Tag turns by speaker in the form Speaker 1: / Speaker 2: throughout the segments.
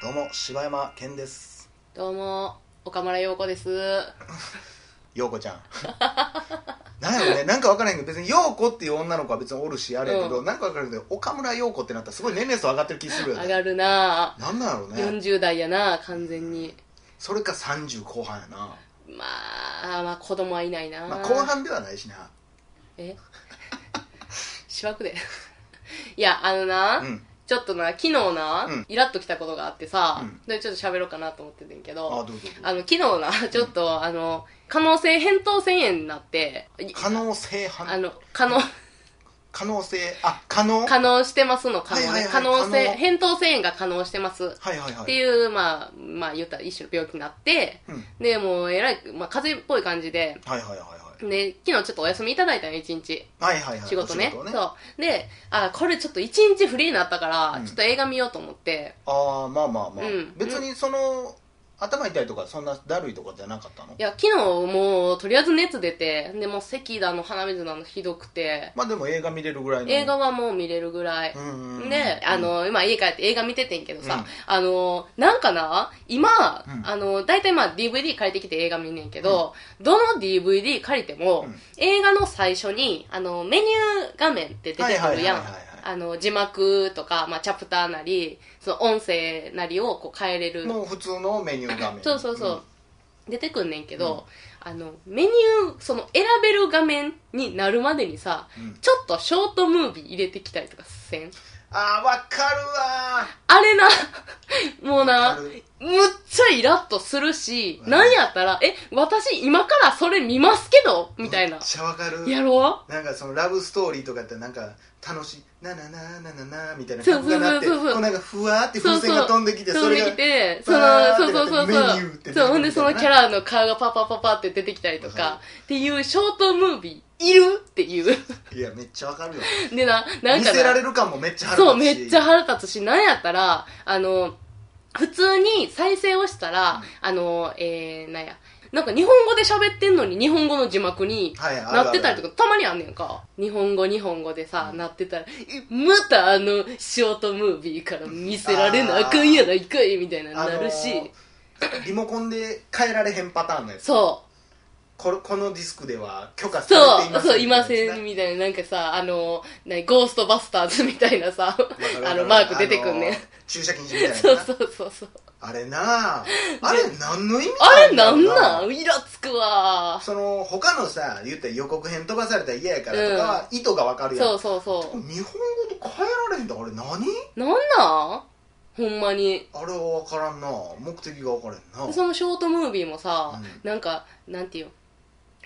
Speaker 1: どうも柴山健です
Speaker 2: どうも、岡村陽子 です。
Speaker 1: 陽子ちゃん なんやろねなんか分からへんけど別に陽子っていう女の子は別におるしあれやけど、
Speaker 2: うん
Speaker 1: なんか分からへんけど岡村陽子ってなったらすごい年齢層上がってる気するよ
Speaker 2: 上
Speaker 1: ね
Speaker 2: がるなぁ。
Speaker 1: なんなんやろね
Speaker 2: 40代やなぁ、完全に。
Speaker 1: それか30後半やな、
Speaker 2: まあ、まあ子供はいないなぁ。
Speaker 1: まあ、後半ではないしな
Speaker 2: えしばくで。 いや、あのな、
Speaker 1: うん
Speaker 2: ちょっとな、昨日な、
Speaker 1: うん
Speaker 2: イラッときたことがあってさ、
Speaker 1: うん
Speaker 2: でちょっと喋ろうかなと思っててんけ
Speaker 1: あど
Speaker 2: ど、
Speaker 1: うぞどうぞ
Speaker 2: あの、昨日な、ちょっと、あの、可能性扁桃腺炎になって、い
Speaker 1: 可能性は
Speaker 2: あの、可能、
Speaker 1: 可能性あ可能
Speaker 2: 可能してますの可能ね。
Speaker 1: はいはいはい
Speaker 2: 可
Speaker 1: 可
Speaker 2: 能性、
Speaker 1: 能
Speaker 2: 扁桃腺炎が可能してます。
Speaker 1: はいはいは
Speaker 2: って
Speaker 1: い
Speaker 2: いう、まあ、まあ言ったら一種の病気になって、
Speaker 1: うん
Speaker 2: で、もうえらい、まあ風邪っぽい感じで、
Speaker 1: はいはいはいはい
Speaker 2: で、昨日ちょっとお休みいただいたのよ、一日。
Speaker 1: はいはいはい
Speaker 2: 仕事ね
Speaker 1: お。
Speaker 2: そう。で、あ、これちょっと一日フリーになったから、
Speaker 1: うん
Speaker 2: ちょっと映画見ようと思って、
Speaker 1: ああまあまあまあ、
Speaker 2: うん
Speaker 1: 別にその頭痛いとかそんなだるいとかじゃなかったの
Speaker 2: いや、昨日もう、とりあえず熱出て、で、もう咳だの、鼻水だのひどくて、
Speaker 1: まあでも映画見れるぐらいの
Speaker 2: 映画はもう見れるぐらい。
Speaker 1: うんうん
Speaker 2: で、あの、今家帰って映画見ててんけどさ、
Speaker 1: うん
Speaker 2: あの、なんかな、今、
Speaker 1: うん
Speaker 2: あの、大体まあ DVD 借りてきて映画見んねんけど、どの DVD 借りても、
Speaker 1: うん
Speaker 2: 映画の最初に、あの、メニュー画面って出て
Speaker 1: は
Speaker 2: く
Speaker 1: いは
Speaker 2: る
Speaker 1: いはい
Speaker 2: や
Speaker 1: は
Speaker 2: ん
Speaker 1: いはい。
Speaker 2: あの、字幕とか、まあ、チャプターなり、その音声なりをこう変えれる。
Speaker 1: もう普通のメニュー画面
Speaker 2: そうそうそう。出てくんねんけど、あの、メニュー、その選べる画面になるまでにさ、
Speaker 1: うん、うん
Speaker 2: ちょっとショートムービー入れてきたりとかせん
Speaker 1: ああわか
Speaker 2: あれな、 も
Speaker 1: るわ
Speaker 2: うな
Speaker 1: わか、る
Speaker 2: むっちゃイラッとするし、
Speaker 1: うん
Speaker 2: なんやったら、え、私今からそれ見ますけどみたい
Speaker 1: め
Speaker 2: な
Speaker 1: っ。ちゃわかる
Speaker 2: やろ
Speaker 1: なんかそのラブストーリーとかってなんか楽しい「なななななな」みたいな
Speaker 2: そう
Speaker 1: 曲がなって
Speaker 2: そうそうそうそう
Speaker 1: こうなんかふわーって
Speaker 2: そう
Speaker 1: 風
Speaker 2: そう
Speaker 1: 船が飛んできてそ
Speaker 2: 飛ん
Speaker 1: れ
Speaker 2: で
Speaker 1: が
Speaker 2: きて、そ
Speaker 1: バ
Speaker 2: の、
Speaker 1: ー
Speaker 2: そ
Speaker 1: ン
Speaker 2: うそうそう
Speaker 1: ってなってメニューって出てく
Speaker 2: そ。
Speaker 1: るみたいうな
Speaker 2: そう、ほんでそのキャラの顔がパパパパって出てきたりと
Speaker 1: わか
Speaker 2: か、っていうショートムービーいるっていう。
Speaker 1: いやめっちゃわかるよ
Speaker 2: でな、なん
Speaker 1: 見
Speaker 2: か
Speaker 1: せられ
Speaker 2: な、
Speaker 1: る感もめっちゃ
Speaker 2: そう、
Speaker 1: 腹
Speaker 2: め
Speaker 1: 立つし
Speaker 2: っちゃ腹立つし、なんやったら、あの、普通に再生をしたら、あの、えー、なんや、なんか日本語で喋ってんのに日本語の字幕に
Speaker 1: はいあるある
Speaker 2: なってたりとか、たまにあんねんか。日本語、日本語でさ、なってたら、えまたあの、ショートムービーから見せられなあかんやないかい、みたいな
Speaker 1: あのー
Speaker 2: なるし、
Speaker 1: リモコンで変えられへんパターンのやつ
Speaker 2: そ
Speaker 1: これこのディスクでは許可
Speaker 2: う、
Speaker 1: されていませ
Speaker 2: そう、
Speaker 1: ん
Speaker 2: そう、いま
Speaker 1: みた
Speaker 2: せ
Speaker 1: い
Speaker 2: ん、
Speaker 1: なや
Speaker 2: みたいな、なんかさ、あの、なゴーストバスターズみたいな さ、
Speaker 1: つな
Speaker 2: あの、マーク出てくんねん
Speaker 1: あの。駐車禁止みたいなやつ
Speaker 2: そ
Speaker 1: な
Speaker 2: うそうそうそう。
Speaker 1: あれなああれ何の意味
Speaker 2: あれなん
Speaker 1: だろう
Speaker 2: なんイラつくわ
Speaker 1: その他のさ言ったら予告編飛ばされたら嫌やからとかは意図がわかるやん、
Speaker 2: そうそうそう。
Speaker 1: 日本語と変えられへんだあれ何
Speaker 2: なんなんほんまに。
Speaker 1: あれは分からんな目的が分からへんな
Speaker 2: そのショートムービーもさ、なんかなんていうの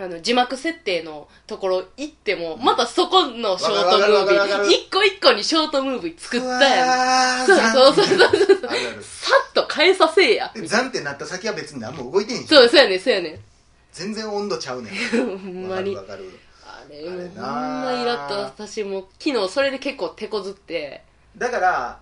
Speaker 2: あの字幕設定のところ行ってもまたそこのショートム
Speaker 1: わか
Speaker 2: ービ
Speaker 1: るわかるわかるわか
Speaker 2: ー
Speaker 1: る
Speaker 2: 一個一個にショートムービー作ったや
Speaker 1: や
Speaker 2: んそうそうそうそうそう
Speaker 1: あるある
Speaker 2: さっと変えさせえや
Speaker 1: で残ってなった先は別に何も動いてへんし
Speaker 2: そうそうやねんそうやねん
Speaker 1: 全然温度ちゃうねん
Speaker 2: ほん
Speaker 1: わ
Speaker 2: ま
Speaker 1: かる
Speaker 2: に
Speaker 1: わかる
Speaker 2: あれも
Speaker 1: あ
Speaker 2: う
Speaker 1: れ
Speaker 2: ほん
Speaker 1: な
Speaker 2: まイラッと私も昨日それで結構手こずって
Speaker 1: だから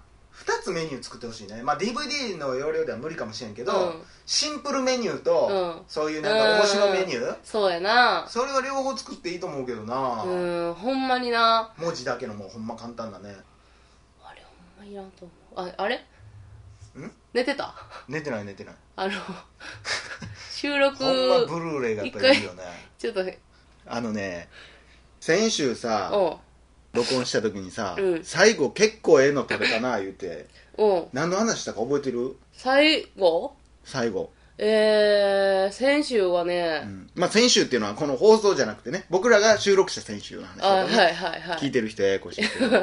Speaker 1: 2つメニュー作ってほしいね、まあ、DVD の容量では無理かもしれんけど、
Speaker 2: うん
Speaker 1: シンプルメニューと、
Speaker 2: うん
Speaker 1: そういうなんか面白メニュー、
Speaker 2: そうやな
Speaker 1: それは両方作っていいと思うけどな、
Speaker 2: うんほんまにな
Speaker 1: 文字だけのもうほんま簡単だね
Speaker 2: あれほんまいらんと思うああれ
Speaker 1: ん
Speaker 2: 寝てた
Speaker 1: 寝てない寝てない
Speaker 2: あの収録
Speaker 1: ほんまブルーレイがやっぱりいいよね
Speaker 2: ちょっと
Speaker 1: あのね先週さ
Speaker 2: おう
Speaker 1: 録音した時にさ、
Speaker 2: うん
Speaker 1: 最後結構ええの撮れたな言うて
Speaker 2: おう
Speaker 1: 何の話したか覚えてる
Speaker 2: 最後
Speaker 1: 最後、
Speaker 2: えー、先週は
Speaker 1: う
Speaker 2: ね、
Speaker 1: んまあ先週っていうのはこの放送じゃなくてね僕らが収録した先週の話だ
Speaker 2: あはい
Speaker 1: けどね
Speaker 2: はいは
Speaker 1: 聞い
Speaker 2: い。
Speaker 1: てる人ややこしいけど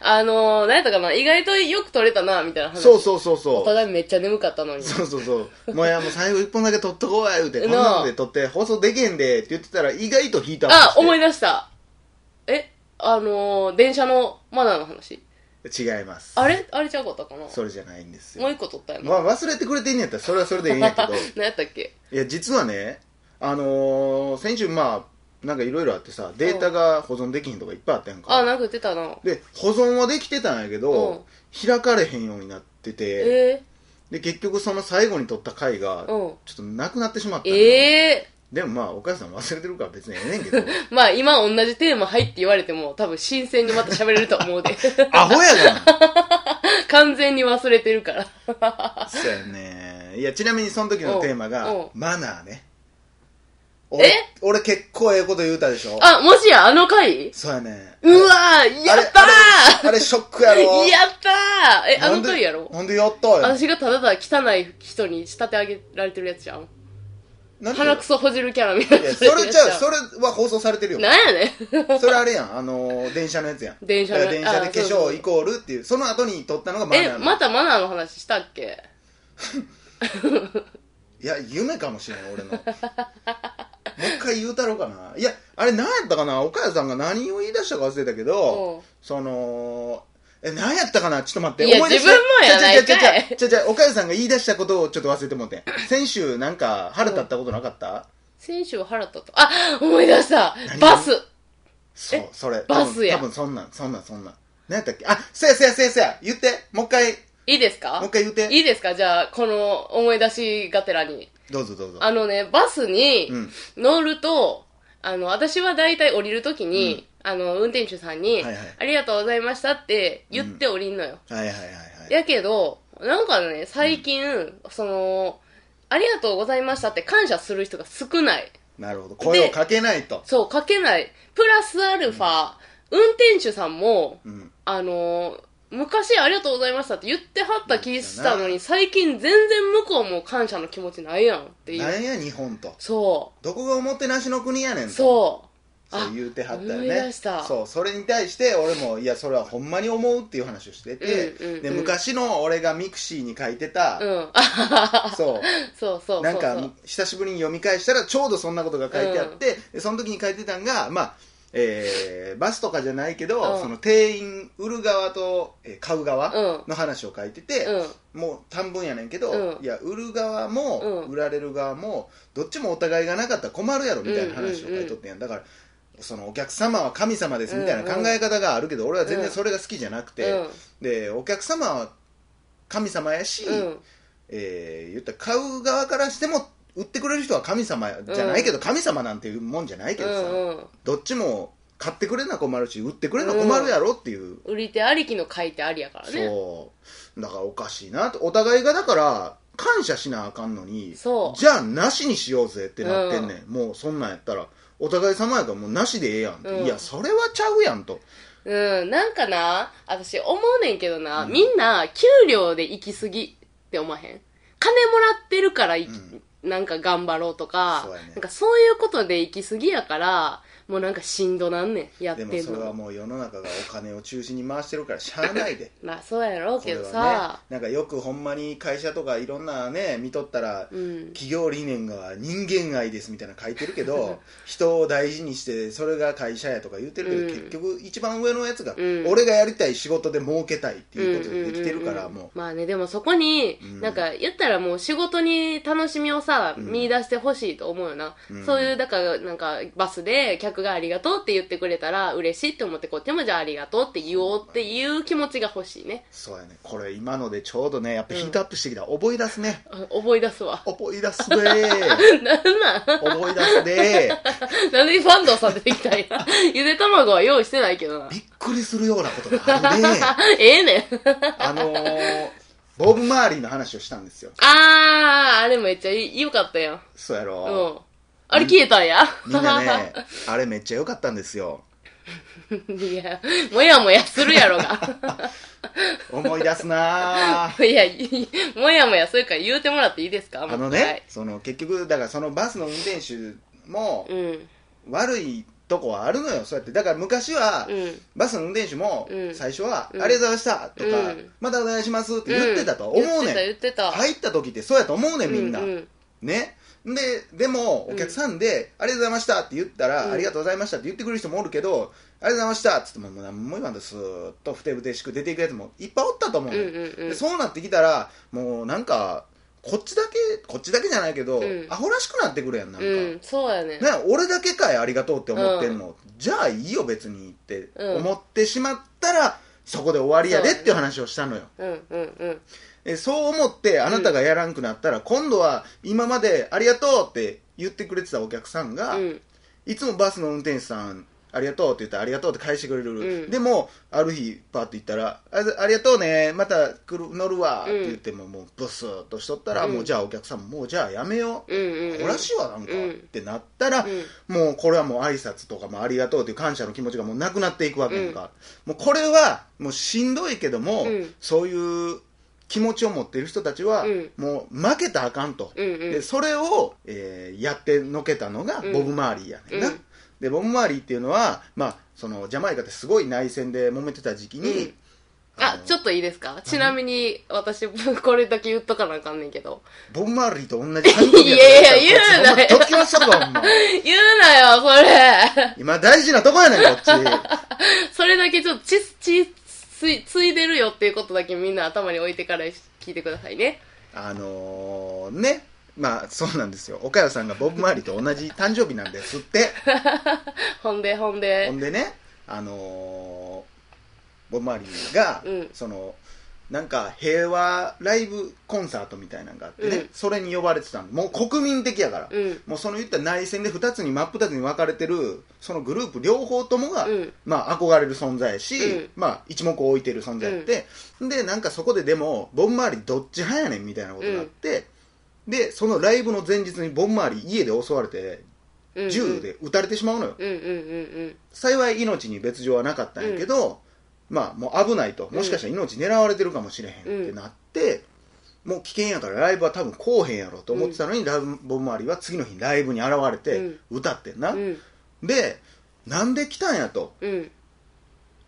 Speaker 2: あのー、何やったかな、意外とよく撮れたな、みたいな 話。
Speaker 1: そうそうそうそう
Speaker 2: お互いめっちゃ眠かったのに。
Speaker 1: そうそうそう。もういや、もう最後一本だけ撮っとこうや、言うて、こ
Speaker 2: なん
Speaker 1: なので撮って、放送できへんで、って言ってたら、意外とヒートアップ
Speaker 2: あ
Speaker 1: し、て。
Speaker 2: 思い出した。え、あのー、電車のマナーの話。
Speaker 1: 違います。
Speaker 2: あれあれちゃうかったかな
Speaker 1: それじゃないんです
Speaker 2: もう
Speaker 1: よ。
Speaker 2: 一個撮ったよな。
Speaker 1: まあ、忘れてくれてんねやったら、それはそれでいいんやけ ど、
Speaker 2: 何やったっけ
Speaker 1: いや、実はね、あのー、先週、まあ、なんかいろいろあってさ、データが保存できひんとかいっぱいあったやん
Speaker 2: あ、
Speaker 1: か。
Speaker 2: なんか言ってたな。
Speaker 1: で、保存はできてたんやけど、開かれへんようになってて、
Speaker 2: え
Speaker 1: で、結局その最後に撮った回が、
Speaker 2: ー、うん。
Speaker 1: ちょっとなくなってしまったのよ
Speaker 2: え
Speaker 1: でもまあお母さん忘れてるから別にええねんけど
Speaker 2: まあ今同じテーマ入って言われても多分新鮮にまた喋れると思う で。
Speaker 1: アホやがな
Speaker 2: 完全に忘れてるから。
Speaker 1: そうやねいやちなみにその時のテーマ
Speaker 2: おうお
Speaker 1: が
Speaker 2: う
Speaker 1: マナーね俺
Speaker 2: え
Speaker 1: 俺結構ええこと言うたでしょ
Speaker 2: あ、もしや、あの回
Speaker 1: そうやね
Speaker 2: うわーやった
Speaker 1: あれあれショックやろ
Speaker 2: ーやったーえ、あ
Speaker 1: な
Speaker 2: の
Speaker 1: んで
Speaker 2: 回やろ
Speaker 1: なんでやったよ
Speaker 2: 私がただただ汚い人に仕立て上げられてるやつじゃん。
Speaker 1: なんで
Speaker 2: 鼻くそほじるキャラみたい
Speaker 1: い
Speaker 2: なや
Speaker 1: や
Speaker 2: つ。
Speaker 1: それちゃうそれは放送されてるよ
Speaker 2: なんやねん。
Speaker 1: それあれやんあの電車のやつやん
Speaker 2: 電車の
Speaker 1: だから電車で
Speaker 2: あ
Speaker 1: 化
Speaker 2: そうそう
Speaker 1: 粧イコールっていうその後に撮ったのがマナー
Speaker 2: え
Speaker 1: な、の
Speaker 2: またマナーの話したっけ
Speaker 1: いや夢かもしれん俺のもう一回言うたろうかないやあれ何やったかな岡谷さんが何を言い出したか忘れたけど、
Speaker 2: うん
Speaker 1: そのえ何やったかなちょっと待って
Speaker 2: いや
Speaker 1: 思出して
Speaker 2: 自分もやないかい
Speaker 1: ちゃちゃちゃちゃちゃちゃ岡谷さんが言い出したことをちょっと忘れてもう て先週なんか腹立ったことなかった、
Speaker 2: 先週は腹立った。あ、思い出した
Speaker 1: 何
Speaker 2: バス
Speaker 1: そうそれ
Speaker 2: バスや
Speaker 1: 多分多分そんなんそんなんそんなん何やったっけあせやせやせやせや言ってもう一回
Speaker 2: いいですか
Speaker 1: もう一回言うて
Speaker 2: いいですかじゃあ、この思い出しがてらに。
Speaker 1: どうぞどうぞ
Speaker 2: あのね、バスに
Speaker 1: うん
Speaker 2: 乗ると、あの、私は大体降りるときに、あの、運転手さんに、
Speaker 1: はいはい
Speaker 2: ありがとうございましたって言って降りんのよ。
Speaker 1: はいはいはいはい
Speaker 2: やけど、なんかね、最近、その、ありがとうございましたって感謝する人が少ない。
Speaker 1: なるほど声をかけないと
Speaker 2: そう、書けない。プラスアルファ、運転手さんも、
Speaker 1: うん
Speaker 2: あのー昔ありがとうございましたって言ってはった気したの
Speaker 1: 言
Speaker 2: に、最近全然向こうも感謝の気持ちないやんっていう。
Speaker 1: なんや日本と
Speaker 2: そ
Speaker 1: どこがおもてなしの国やねん
Speaker 2: う。
Speaker 1: と
Speaker 2: そう。
Speaker 1: そ
Speaker 2: あ
Speaker 1: う、言うてはったよ
Speaker 2: 思い
Speaker 1: ね
Speaker 2: 出した
Speaker 1: そうそれに対して俺もいやそれはほんまに思うっていう話をしてて、
Speaker 2: うんうんうん
Speaker 1: で昔の俺がミクシーに書いてた、
Speaker 2: うん。あ
Speaker 1: そう
Speaker 2: そうそうそうそう。
Speaker 1: なんか久しぶりに読み返したらちょうどそんなことが書いてあって、でその時に書いてたんがまあえーバスとかじゃないけど、
Speaker 2: うん
Speaker 1: その店員売る側とえー買う
Speaker 2: うん
Speaker 1: 側の話を書いてて、
Speaker 2: うん。
Speaker 1: もう短文やねんけど、
Speaker 2: うん
Speaker 1: いや売る側も、
Speaker 2: うん
Speaker 1: 売られる側もどっちもお互いがなかったら困るやろみたいな話を書いとってんやんだからそのお客様は神様ですみたいな考え方があるけど、俺は全然それが好きじゃなくて、
Speaker 2: うん
Speaker 1: でお客様は神様やし、
Speaker 2: うん。
Speaker 1: えー言ったら買う側からしても売ってくれる人は神様じゃないけど、神様なんていうもんじゃないけ
Speaker 2: う
Speaker 1: どさ、
Speaker 2: んうん。
Speaker 1: どっちも買ってくれな困るし売ってくれな困るやろっていう
Speaker 2: 売り手ありきの書いてありやからね。
Speaker 1: そうだからおかしいなとお互いがだから感謝しなあかんのに
Speaker 2: そう
Speaker 1: じゃあなしにしようぜってなってんねん、もうそんなんやったらお互い様やからもうなしでええやんって、
Speaker 2: うん
Speaker 1: いやそれはちゃうやんと
Speaker 2: うん。なんかな、私思うねんけどな、
Speaker 1: うん
Speaker 2: みんな給料で行き過ぎって思わへん金もらってるから行き、
Speaker 1: うん
Speaker 2: なんか頑張ろうとか
Speaker 1: そうやね
Speaker 2: なんかそういうことで行き過ぎやから、もうなんかしんどなんねん、やって
Speaker 1: で
Speaker 2: ん
Speaker 1: もそれは
Speaker 2: の。
Speaker 1: もう世の中がお金を中心に回してるからしゃあないで
Speaker 2: まあそうやろう
Speaker 1: これ
Speaker 2: け
Speaker 1: は
Speaker 2: ど
Speaker 1: ね
Speaker 2: さ、
Speaker 1: なんかよくほんまに会社とかいろんなね見とったら、
Speaker 2: うん。
Speaker 1: 企業理念が人間愛ですみたいなの書いてるけど人を大事にしてそれが会社やとか言ってるけど、
Speaker 2: うん
Speaker 1: 結局一番上のやつが、
Speaker 2: うん
Speaker 1: 俺がやりたい仕事で儲けたいっていうこと
Speaker 2: ん
Speaker 1: で
Speaker 2: ん
Speaker 1: で
Speaker 2: ん
Speaker 1: きてるから、
Speaker 2: ん
Speaker 1: も
Speaker 2: まあねでもそこに、
Speaker 1: うん
Speaker 2: なんか言ったらもう仕事に楽しみをさ、
Speaker 1: うん
Speaker 2: 見出してほしいと思うよな、
Speaker 1: うん
Speaker 2: そういうだからなんかバスで客がありがとうって言ってくれたら嬉しいって思ってこっちもじゃあありがとうって言おうっていう気持ちが欲しいね
Speaker 1: うそうやねこれ今のでちょうどねやっぱヒートアップしてきた、覚え出すね
Speaker 2: あ思い出すわ
Speaker 1: 覚え出すでー
Speaker 2: なんなん
Speaker 1: 覚え出すでー
Speaker 2: なんでファンドさん出てき たんやゆで卵は用意してないけどな
Speaker 1: びっくりするようなことがあるね
Speaker 2: ええねん
Speaker 1: あのーボブ・マーリーの話をしたんですよ
Speaker 2: あーあれめっちゃいいよかったやん
Speaker 1: そうや
Speaker 2: う
Speaker 1: ろ、
Speaker 2: んあれ消えたんや
Speaker 1: みんなねあれめっちゃ良かったんですよ
Speaker 2: いや、もやもやするやろが。
Speaker 1: 思い出すなー
Speaker 2: いや、いいもやもやするから言うてもらっていいですか
Speaker 1: あのね、。その結局だからそのバスの運転手も
Speaker 2: もう一回
Speaker 1: 悪いとこはあるのよそうやってだから昔は、
Speaker 2: うん。うん。
Speaker 1: バスの運転手も
Speaker 2: うん
Speaker 1: 最初は、
Speaker 2: うん
Speaker 1: ありがとうございました」とか、
Speaker 2: うん
Speaker 1: またお願いします」って言ってたと思うねん、
Speaker 2: 言ってた、言ってた。
Speaker 1: 入った時ってそうやと思うねんみんな、
Speaker 2: ううん
Speaker 1: ねででも
Speaker 2: うん
Speaker 1: お客さんで、ありがとうございました」って言ったら、
Speaker 2: うん
Speaker 1: ありがとうございました」って言ってくる人もおるけど「ありがとうございました」っつってももう何も言わんとスーッとふてぶてしく出ていくやつもいっぱいおったと思う
Speaker 2: うん
Speaker 1: ねん、
Speaker 2: うんう
Speaker 1: で
Speaker 2: ん。
Speaker 1: そうなってきたらもうなんかこっちだけこっちだけじゃないけど、
Speaker 2: うん
Speaker 1: アホらしくなってくるやんなんか、
Speaker 2: うん、そうやね。
Speaker 1: ね、俺だけかいありがとうって思ってんの、じゃあいいよ別にって
Speaker 2: うん
Speaker 1: 思ってしまったら、そこで終わりやでっていう話をしたのよ、
Speaker 2: うんうんうん。
Speaker 1: えそう思ってあなたがやらんくなったら、今度は今までありがとうって言ってくれてたお客さんが、
Speaker 2: うん
Speaker 1: いつもバスの運転手さんありがとうって言ったらありがとうって返してくれる、
Speaker 2: うん
Speaker 1: でもある日パッて行ったらあありがとうねまた来る乗るわって言っても、もうブスーっとしとったら、
Speaker 2: うん
Speaker 1: もうじゃあお客さんももうじゃあやめよう、
Speaker 2: うんうんうん
Speaker 1: こらしいわなんか、
Speaker 2: うん
Speaker 1: ってなったら、もうこれはもう挨拶とかもありがとうという感謝の気持ちがもうなくなっていくわけやんか、もうこれはもうしんどいけども、
Speaker 2: うん
Speaker 1: そういう気持ちを持っている人たちは、
Speaker 2: うん
Speaker 1: もう負けたらあかんと、
Speaker 2: うんうん
Speaker 1: でそれを、えーやってのけたのが
Speaker 2: うん
Speaker 1: ボブ・マーリーやねんな、
Speaker 2: うん
Speaker 1: でボブ・マーリーっていうのは、まあ、そのジャマイカってすごい内戦で揉めてた時期に、
Speaker 2: うんあ
Speaker 1: の
Speaker 2: ちょっといいですかちなみに私 これだけ言っとかなあかんねんけど
Speaker 1: ボブ・マーリーと同じ髪
Speaker 2: い
Speaker 1: の毛
Speaker 2: や いや言うなよ
Speaker 1: ときましたぞほんま
Speaker 2: 言うなよそれ
Speaker 1: 今大事なとこやねんこっち
Speaker 2: それだけちょっとちちついついでるよっていうことだけみんな頭に置いてから聞いてくださいね
Speaker 1: あのー、ね、まあそうなんですよ、岡谷さんがボブ・マーリーと同じ誕生日なんですって、
Speaker 2: ほんでほん
Speaker 1: ほ
Speaker 2: で
Speaker 1: んでね、あのー、ボブ・マーリーが、
Speaker 2: うん
Speaker 1: そのなんか平和ライブコンサートみたいなのがあってね、
Speaker 2: うん
Speaker 1: それに呼ばれてたんもう国民的やから、
Speaker 2: うん
Speaker 1: もうその言った内戦で2つに真っ二つに分かれてる、そのグループ両方ともが、
Speaker 2: うん
Speaker 1: まあ、憧れる存在やし、
Speaker 2: うん
Speaker 1: まあ、一目置いてる存在やって、でなんかそこででもボンマーリーどっち派やねんみたいなことになって、でそのライブの前日にボンマーリー家で襲われて
Speaker 2: うん
Speaker 1: 銃で撃たれてしまうのよ、
Speaker 2: うんうんうん
Speaker 1: 幸い命に別状はなかったんやけど、まあもう危ないともしかしたら命狙われてるかもしれへんってなって、もう危険やからライブは多分こうへんやろと思ってたのに、ライブボンマーリーは次の日ライブに現れて歌ってんな、
Speaker 2: うんうん
Speaker 1: でなんで来たんやと
Speaker 2: うん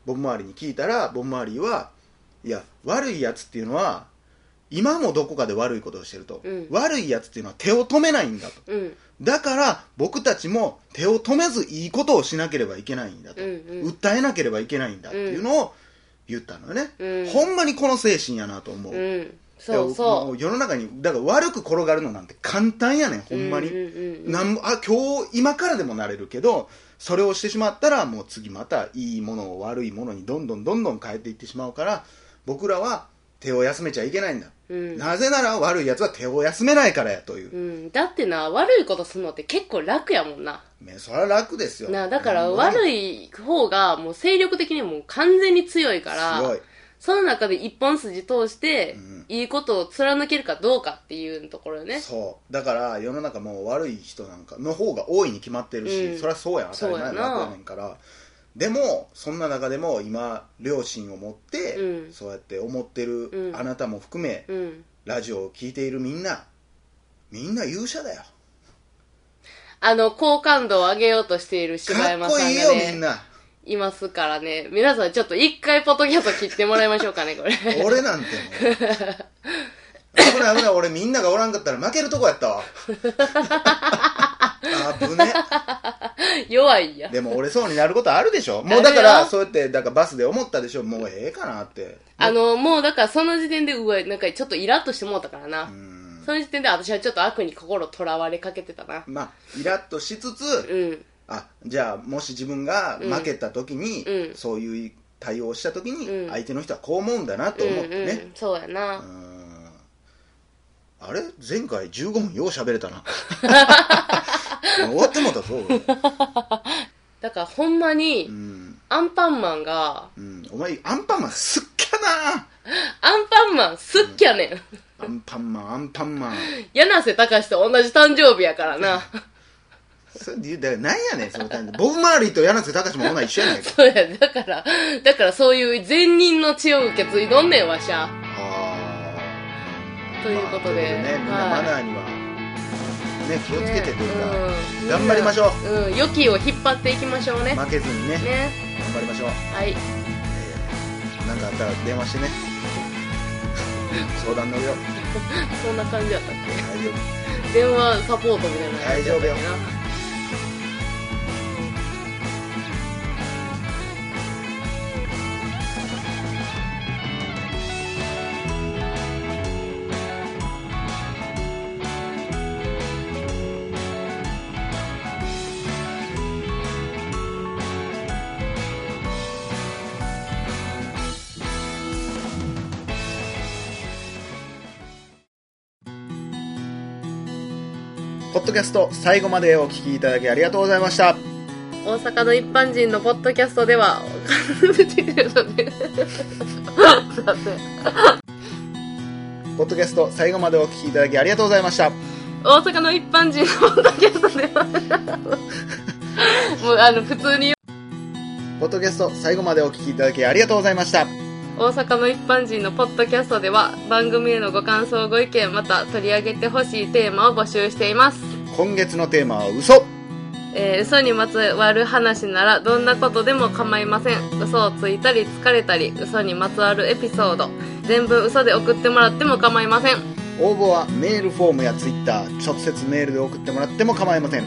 Speaker 1: ボンマーリーに聞いたらボンマーリーはいや悪いやつっていうのは今もどこかで悪いことをしてると、
Speaker 2: うん
Speaker 1: 悪いやつっていうのは手を止めないんだと
Speaker 2: うん
Speaker 1: だから僕たちも手を止めずいいことをしなければいけないんだと、
Speaker 2: うんうん
Speaker 1: 訴えなければいけないんだっていうのを言ったのよね、
Speaker 2: うん
Speaker 1: ほんまにこの精神やなと思う、
Speaker 2: うんそう
Speaker 1: も
Speaker 2: そう
Speaker 1: 世の中にだから悪く転がるのなんて簡単やねんほ
Speaker 2: うん
Speaker 1: まに、
Speaker 2: うんうんうん
Speaker 1: なんあ今日今からでもなれるけどそれをしてしまったらもう次またいいものを悪いものにどんどんどんどん変えていってしまうから僕らは手を休めちゃいけないんだ、
Speaker 2: うん
Speaker 1: なぜなら悪いやつは手を休めないからやという
Speaker 2: う、ん、だってな悪いことするのって結構楽やもんな
Speaker 1: ねそれは楽ですよ
Speaker 2: なだから悪
Speaker 1: い
Speaker 2: い方がもう精力的にもう完全に強いか
Speaker 1: 強
Speaker 2: ら
Speaker 1: い
Speaker 2: その中で一本筋通して、
Speaker 1: うん
Speaker 2: いいことを貫けるかどうかっていうところよね
Speaker 1: そうだから世の中もう悪い人なんかの方が多いに決まってるし、
Speaker 2: うん
Speaker 1: そりゃそうやん当たり前
Speaker 2: そう
Speaker 1: の
Speaker 2: やな
Speaker 1: 楽やねんからでもそんな中でも今両親を持って、
Speaker 2: うん
Speaker 1: そうやって思ってる、
Speaker 2: うん
Speaker 1: あなたも含め、
Speaker 2: うん
Speaker 1: ラジオを聞いているみんなみんな勇者だよ
Speaker 2: あの好感度を上げようとしている柴
Speaker 1: か
Speaker 2: 山
Speaker 1: っ
Speaker 2: さ
Speaker 1: こ
Speaker 2: ん
Speaker 1: いいよ、
Speaker 2: が
Speaker 1: みん
Speaker 2: ね
Speaker 1: ない
Speaker 2: ますからね皆さんちょっと一回ポッドキャスト切ってもらいましょうかねこれ
Speaker 1: 俺なんてもう危ない危ない俺みんながおらんかったら負けるとこや ったわあぶね
Speaker 2: 弱いや
Speaker 1: でも折れそうになることあるでしょ
Speaker 2: るよ
Speaker 1: もうだからそうやってだからバスで思ったでしょもうええかなって
Speaker 2: あのもうだからその時点でうわなんかちょっとイラッとしてもうたからな、
Speaker 1: うん
Speaker 2: その時点で私はちょっと悪に心とらわれかけてたな
Speaker 1: まあイラッとしつつ、
Speaker 2: うん
Speaker 1: あじゃあもし自分が負けた時に、
Speaker 2: うん
Speaker 1: そういう対応をした時に、
Speaker 2: うん
Speaker 1: 相手の人はこう思うんだなと思ってね、
Speaker 2: うんうん、そうやな、
Speaker 1: うんあれ前回15分よう喋れた な終わってもうたぞ、俺
Speaker 2: だからほんまに、
Speaker 1: うん
Speaker 2: アンパンマンが
Speaker 1: うん、お前アンパンマンすっきゃ
Speaker 2: アンパンマンすっきゃねん
Speaker 1: なアンパンマンアンパンマン
Speaker 2: 柳瀬隆と同じ誕生日やからな
Speaker 1: それでだからなんやねんその単ボブ・マーリーと柳瀬隆もほな一緒やないか
Speaker 2: そうやだからだからそういう善人の血を受け継いどんねんわしゃ
Speaker 1: あー
Speaker 2: ということで、
Speaker 1: まあということねみんなマナーには、ね気をつけてというか、
Speaker 2: ね
Speaker 1: 頑張りましょ
Speaker 2: うん、うん、良きを引っ張っていきましょうね
Speaker 1: 負けずにね
Speaker 2: ね
Speaker 1: 頑張りましょう
Speaker 2: はい
Speaker 1: えーなんかあったら電話して ね相談乗るよ
Speaker 2: そんな感じやったっけ
Speaker 1: 大丈夫
Speaker 2: 電話サポートみたいな
Speaker 1: 大丈夫よ
Speaker 2: な
Speaker 1: ポッドキャスト最後までお聞きいただきありがとうございました
Speaker 2: 大阪の一般人のポッドキャストでは
Speaker 1: ポッドキャスト最後までお聞きいただきありがとうございました
Speaker 2: 大阪の一般人のポッドキャストでは もうあの普通に
Speaker 1: ポッドキャスト最後までお聞きいただきありがとうございました
Speaker 2: 大阪の一般人のポッドキャストでは番組へのご感想ご意見また取り上げてほしいテーマを募集しています、
Speaker 1: 今月のテーマは嘘
Speaker 2: えー嘘にまつわる話ならどんなことでも構いません嘘をついたり疲れたり嘘にまつわるエピソード全部嘘で送ってもらっても構いません
Speaker 1: 応募はメールフォームやツイッター直接メールで送ってもらっても構いません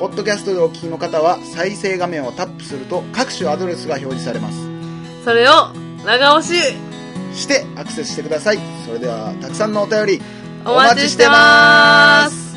Speaker 1: ポッドキャストでお聞きの方は再生画面をタップすると各種アドレスが表示されます
Speaker 2: それを長押し
Speaker 1: してアクセスしてくださいそれではたくさんのお便り
Speaker 2: お待ちしてます